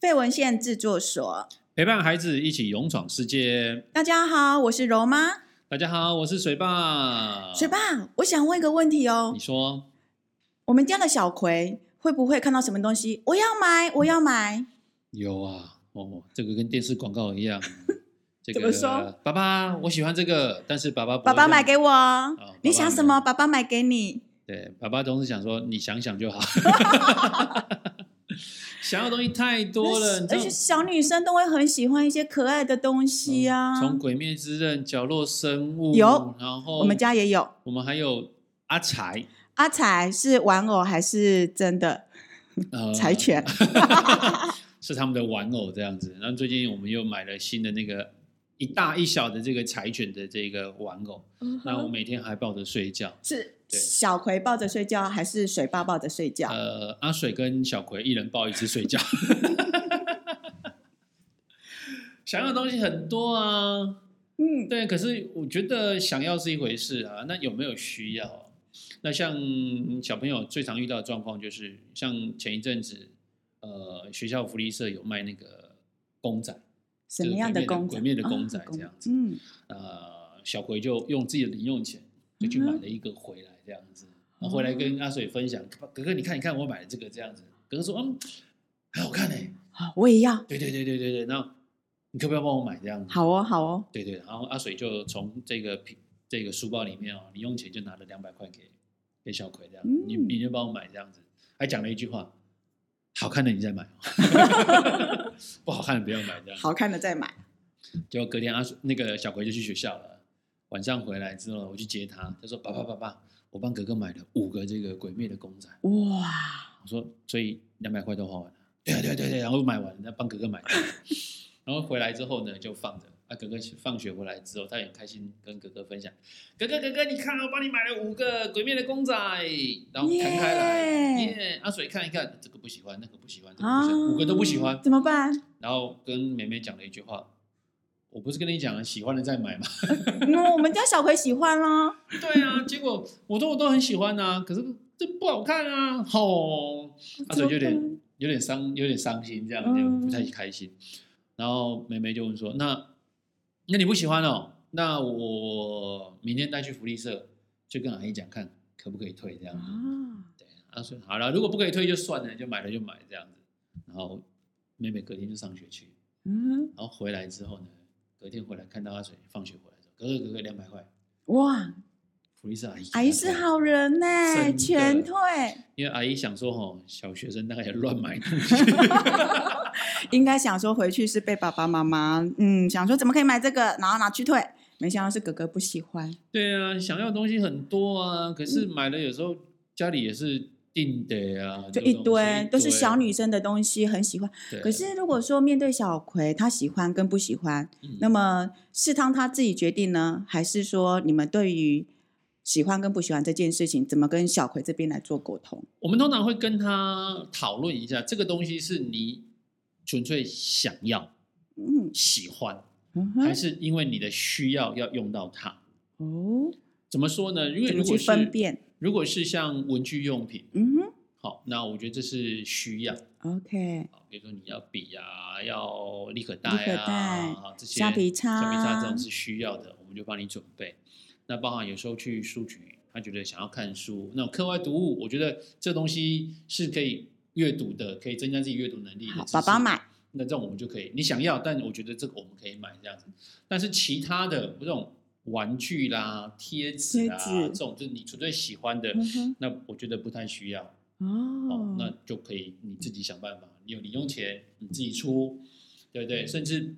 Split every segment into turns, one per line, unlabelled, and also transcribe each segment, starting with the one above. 费文献制作所。
陪伴孩子一起勇闯世界。
大家好，我是柔妈。
大家好，我是水爸。
水，爸，我想问一个问题哦
你，说
我们家的小葵会不会看到什么东西？我要
嗯
买，我要买。
有啊？哦，这个跟电视广告一 样。这个
怎么说？
爸爸，我喜欢这个，但是爸爸不会
爸爸买
让
给我，
爸爸
你想什么？爸爸买给你。
对，爸爸总是想说你想 想就好。想要的东西太多了，你知
而
道
且。小女生都会很喜欢一些可爱的东西啊。
嗯从《鬼灭之刃》角落生物
有，
然后
我们家也有。
我们还有阿柴，
阿彩是玩偶还是真的
呃，
柴犬？
是他们的玩偶这样子。然后最近我们又买了新的那个一大一小的这个柴犬的这个玩偶， 那我每天还抱着睡觉。
是
对
小葵抱着睡觉，还是水爸抱着睡觉？
呃，阿水跟小葵一人抱一只睡觉。 想要的东西很多啊，
嗯，
对，可是我觉得想要是一回事啊，那有没有需要？啊那像小朋友最常遇到的状况就是，像前一阵子，呃，学校福利社有卖那个公仔，
什么样的公仔？
鬼灭的鬼灭的公仔
啊
这样子
嗯，
呃，小葵就用自己的零用钱就
嗯
去买了一个回来，这样子，然后回来跟阿水分享，哥哥你看你看我买了这个这样子，哥哥说嗯，很好看哎、
好我也要。
对对对对对对，然后你可不可以帮我买这样子？
好哦，好哦，
对对，然后阿水就从这个皮这个书包里面哦，零用钱就拿了两百块给给小葵这样，
嗯
你你就帮我买这样子，还讲了一句话，好看的你再买哦， 不好看的不要买这样子。
好看的再买。
结果隔天阿水那个小葵就去学校了，晚上回来之后我去接他，他说爸爸爸爸，我帮哥哥买了五个这个鬼灭的公仔，
哇，
我说所以两百块都花完了，对啊对啊对啊对啊，然后买完了，那帮哥哥买的，然后回来之后呢就放着。啊，哥哥放学回来之后，他也很开心跟哥哥分享。哥哥，哥哥，你看，我帮你买了五个鬼灭的公仔，然后摊开来，
耶啊
耶！阿水看一看，这个不喜欢，那个不喜欢，这个不喜欢，五个都不喜欢，
怎么办？
然后跟妹妹讲了一句话：“我不是跟你讲了喜欢了再买吗
嗯，我们家小葵喜欢咯。？”
对啊，结果我都我都很喜欢啊，可是这不好看啊，吼！阿水就有点有点伤，有点伤心，这样
嗯
就不太开心。然后妹妹就问说：“那那你不喜欢哦？那我明天带去福利社，就跟阿姨讲看可不可以退这样子。”
啊，
对，阿水好了，如果不可以退就算了，就买了就买这样子。然后妹妹隔天就上学去。
嗯，
然后回来之后呢，隔天回来看到阿水放学回来说：“哥哥哥哥，两百块，
哇，
福利社阿姨。”
阿姨是，好人呢、
真的
全退，
因为阿姨想说吼，小学生大概也乱买东西，
应该想说回去是被爸爸妈妈，嗯，想说怎么可以买这个，然后拿去退，没想到是哥哥不喜欢，
对啊，想要的东西很多啊，可
嗯
是买了有时候家里也是定的啊，
就
这个
一
东西
堆都是小女
生。
生的东西，很喜欢。
对
可是如果说面对小葵，她喜欢跟不喜欢，
嗯
那么是当她自己决定呢，还是说你们对于喜欢跟不喜欢这件事情，怎么跟小葵这边来做沟通？
我们通常会跟他讨论一下，这个东西是你纯粹想要、
嗯，
喜欢，
嗯
还
哼，
是因为你的需要要用到它？
哦，
怎么说呢？因为
怎
如
么去
果
分
是
辨？
如果是像文具用品，
嗯
好，那我觉得这是需要
哼，OK，
啊，比如说你要笔啊，要立可带
立可
啊，
带
啊这些
橡皮啊
橡皮擦这
擦
种，是需要的，我们就帮你准备。那包含有时候去书局，他觉得想要看书，那种课外读物，我觉得这东西是可以阅读的，可以增加自己阅读能力的
好。，爸爸
知识
买，
那这种我们就可以，你想要，但我觉得这个我们可以买这样子。但是其他的这种玩具啦、贴纸啊，
贴纸
这种就是你纯粹喜欢的，
嗯
那我觉得不太需要。
哼，
哦
哦，，
那就可以你自己想办法，你有零用钱你自己出，对不对？甚至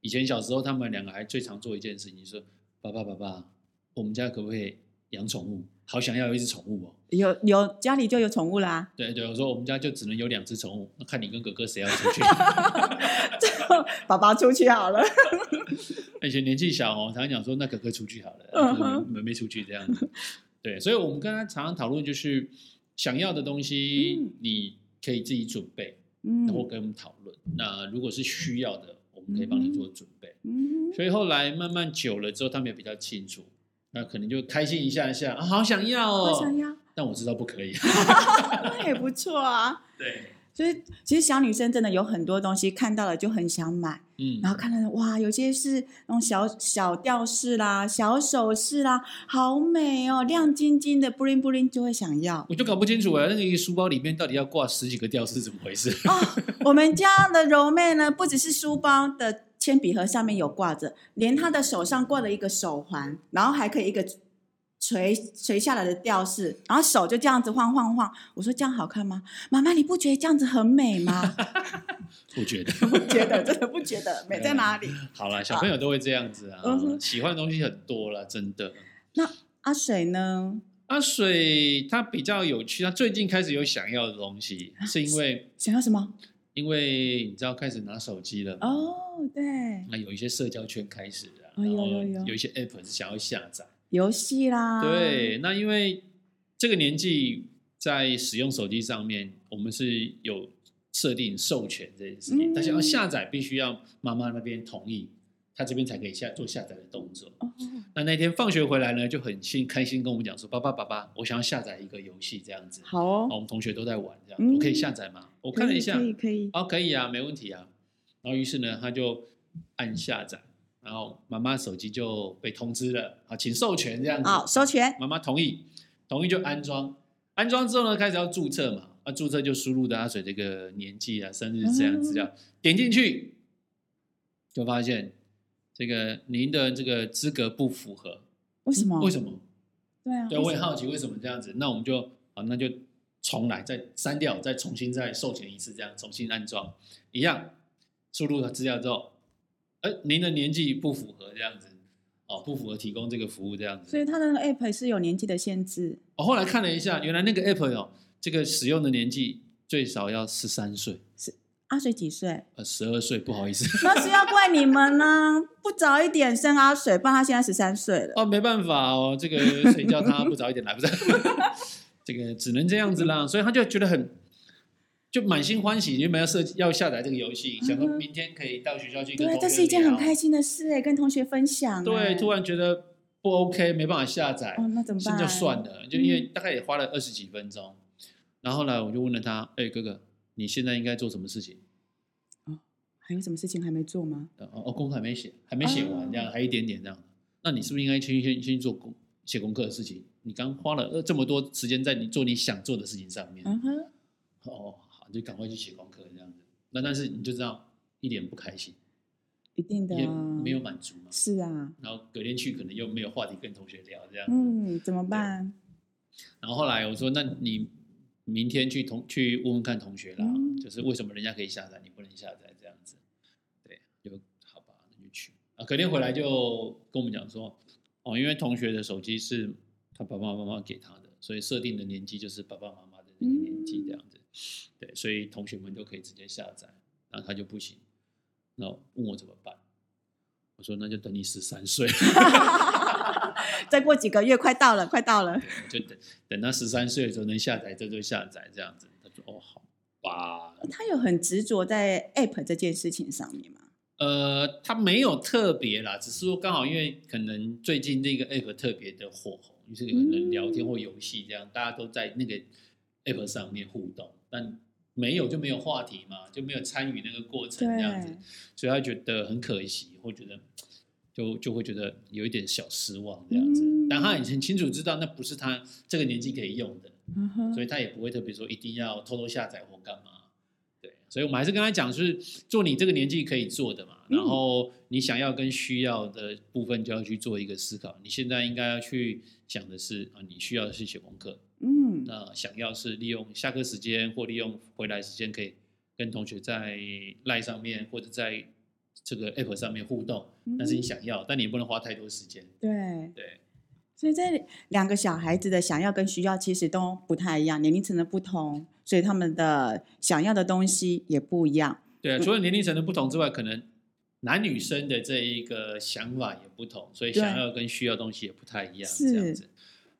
以前小时候他们两个还最常做一件事情，就是说爸爸爸爸，我们家可不可以养宠物？好想要有一只宠物哦。
有有家里就有宠物啦，
对对，我说我们家就只能有两只宠物，那看你跟哥哥谁要出去。
爸爸出去好了，
以前年纪小哦，常常讲说那哥哥出去好了，
嗯
哥
哼
哥妹妹妹出去这样子。对，所以我们跟他常常讨论，就是想要的东西
嗯，
你可以自己准备。
嗯
然后跟我们讨论。那如果是需要的，我们可以帮你做准备。
嗯哼，
所以后来慢慢久了之后，他们也比较清楚，那可能就开心一下下，啊、好想要
我想
哦。
要， 哎
但我知道不可以。
那也不错啊。
对，
就是其实小女生真的有很多东西看到了就很想买，
嗯，
然后看到哇，有些是那种小小吊饰啦、小首饰啦，好美哦，亮晶晶的，bling bling 就会想要。
我就搞不清楚哎，那个书包里面到底要挂十几个吊饰，怎么回事？
哦，我们家的柔妹呢，不只是书包的铅笔盒上面有挂着，连她的手上挂了一个手环，然后还可以一个垂垂下来的吊饰，然后手就这样子晃晃晃。我说这样好看吗？妈妈，你不觉得这样子很美吗？
我觉得
不觉得，真的不觉得美在哪里？
好啦，小朋友都会这样子啊
嗯，哼
喜欢的东西很多啦，真的。
阿水呢？
阿水他比较有趣，他最近开始有想要的东西，是因为
想要什么？
因为你知道开始拿手机了嘛，
哦，对，
那有一些社交圈开始了，
哦
然
有
后
有有啊
有一些 app 是想要下载。
游戏啦，
对，那因为这个年纪在使用手机上面，我们是有设定授权这件事
嗯
情，但想要下载必须要妈妈那边同意，她这边才可以下做下载的动作。
哦，
那那天放学回来呢，就很兴开心跟我们讲说：“爸爸，爸爸，我想要下载一个游戏，这样子。”
好哦
哦，我，们同学都在玩，这样、
嗯
我可以下载吗？我
我
看了一下
可，以可以，
哦，可以啊，没问题啊。然后于是呢，他就按下载，然后妈妈手机就被通知了，好，请授权这样子。
好，收钱，
妈妈同意，同意就安装。安装之后呢，开始要注册嘛，啊，注册就输入的阿水这个年纪啊、生日这样资料，
嗯
点进去就发现这个您的这个资格不符合，
为什么？
为什么？
对啊，
嗯对，我也好奇为什么这样子。那我们就啊，那就重来，再删掉，再重新再授权一次，这样重新安装，一样输入了资料之后，哎、您的年纪不符合这样子，哦，不符合提供这个服务这样子。
所以它的那个 app 是有年纪的限制，
我后来看了一下，原来那个 app 哦，这个使用的年纪最少要十三岁，
阿水几岁？
呃，十二岁，不好意思，
那是要怪你们呢、不早一点生阿水，不然他现在十三岁了。
哦，没办法哦，这个谁叫他不早一点来，不是？ 这个只能这样子啦，所以他就觉得很，就满心欢喜，原本要设计要下载这个游戏，想说明天可以到学校去跟
嗯对，
同学
这是一件很
聊
开心的事哎，跟同学分享哎。
对，突然觉得不 OK，没办法下载，
哦，那怎么
现
办？
在就算了，就因为
嗯
大概也花了二十几分钟，然后呢，我就问了他，哎、哥哥，你现在应该做什么事情？
还有什么事情还没做吗？
呃哦，功课还没写，还没写
哦
完，这样、还一点点这样。那你是不是应该先先先做功写功课的事情？你刚花了呃这么多时间在你做你想做的事情上面，
嗯哼，
哦，好，你就赶快去写功课这样子。那但是你就知道一脸不开心，
一定的
因为
啊，
没有满足嘛。
是啊，
然后隔天去可能又没有话题跟同学聊这样子。
嗯，怎么办？
然后后来我说，那你明天去同去问问看同学啦，
嗯
就是为什么人家可以下载，你不能下载这样子。对，就好吧，那就去啊。隔天回来就跟我们讲说，哦，因为同学的手机是他爸爸妈妈给他的，所以设定的年纪就是爸爸妈妈的那个年纪这样子。对，所以同学们都可以直接下载，然后他就不行。那问我怎么办？我说那就等你十三岁。
再过几个月，快到了，快到了。
就等等他十三岁的时候能下载，这就下载这样子。他说哦，好吧。
他有很执着在 app 这件事情上面吗？
呃，他没有特别啦，只是说刚好因为可能最近这个 app 特别的火红，就是有人聊天或游戏这样，大家都在那个 app 上面互动，但没有就没有话题嘛，就没有参与那个过程
对，
这样子，所以他觉得很可惜，或觉得就就会觉得有一点小失望这样子。
嗯
但他也很清楚知道那不是他这个年纪可以用的，
嗯哼，
所以他也不会特别说一定要偷偷下载或干嘛。对，所以我们还是跟他讲，就是做你这个年纪可以做的嘛，
嗯
然后你想要跟需要的部分就要去做一个思考。你现在应该要去想的是啊，你需要的是写功课，
嗯，
那想要是利用下课时间或利用回来时间，可以跟同学在赖上面或者在这个 app 上面互动，那是你想要，但你也不能花太多时间。
嗯对。
对，
所以这两个小孩子的想要跟需要其实都不太一样，年龄层的不同，所以他们的想要的东西也不一样。
对啊，除了年龄层的不同之外，可能男女生的这一个想法也不同，所以
对
想要跟需要的东西也不太一样，
是
这样子。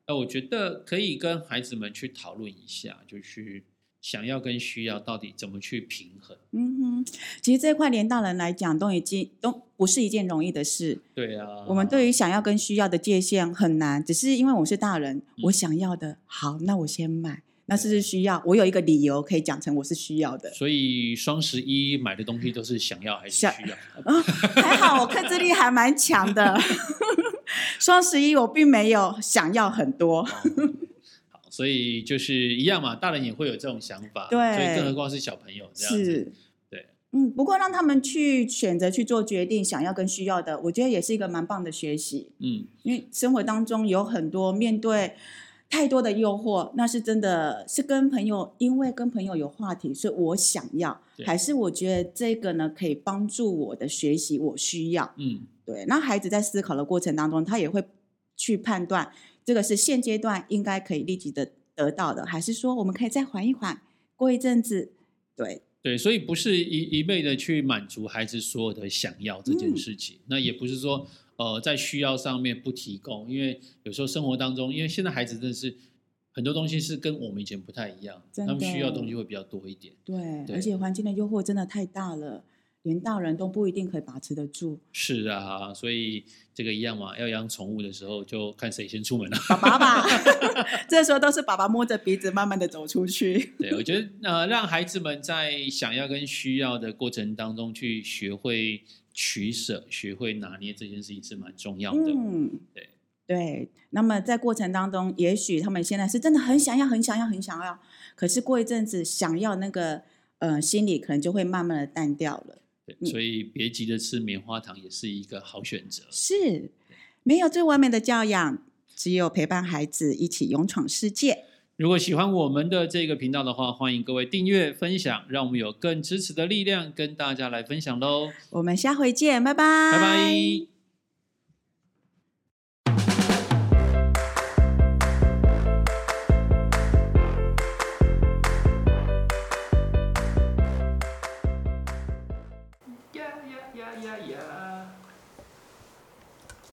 那我觉得可以跟孩子们去讨论一下，就是想要跟需要到底怎么去平衡。
嗯哼，其实这一块连大人来讲都已经都不是一件容易的事。
对啊，
我们对于想要
嗯
跟需要的界限很难，只是因为我是大人，我想要的好，那我先买。那是不是需要？我有一个理由可以讲成我是需要的。
所以双十一买的东西都是想要还是
想
需要？
还好我克制力还蛮强 的。双十一我并没有想要很多，
哦好，所以就是一样嘛，大人也会有这种想法，
对
所以更何况是小朋友这样子。
是，
对，
嗯，不过让他们去选择去做决定，想要跟需要的，我觉得也是一个蛮棒的学习。
嗯，
因为生活当中有很多面对太多的诱惑，那是真的是跟朋友，因为跟朋友有话题，所以我想要，
对
还是我觉得这个呢可以帮助我的学习，我需要。
嗯，
对，那孩子在思考的过程当中，他也会去判断这个是现阶段应该可以立即的得到的，还是说我们可以再缓一缓，过一阵子。对，
对，所以不是一一味的去满足孩子所有的想要这
嗯
件事情，那也不是说呃在需要上面不提供，因为有时候生活当中，因为现在孩子真的是很多东西是跟我们以前不太一样，他
真的
们需要的东西会比较多一点。
对，
对
而且环境的诱惑真的太大了，连大人都不一定可以把持得 住。
是啊，所以这个一样嘛，要养宠物的时候就看谁先出门了。
爸爸吧， 这时候都是爸爸摸着鼻子慢慢的走出 去。
对，我觉得呃，让孩子们在想要跟需要的过程当中去学会取舍，学会拿捏这件事情是蛮重要的。
嗯，
对
对。那么在过程当中，也许他们现在是真的很想要、很想要、很想要，可是过一阵子想要那个呃心理可能就会慢慢的淡掉了。
对，所以别急着吃棉花糖也是一个好选择。
是，没有最完美的教养，只有陪伴孩子一起勇闯世界。
如果喜欢我们的这个频道的话，欢迎各位订阅、分享，让我们有更支持的力量跟大家来分享喽。
我们下回见，拜拜，
拜
拜
拜。
Yeah, yeah, yeah, yeah, yeah.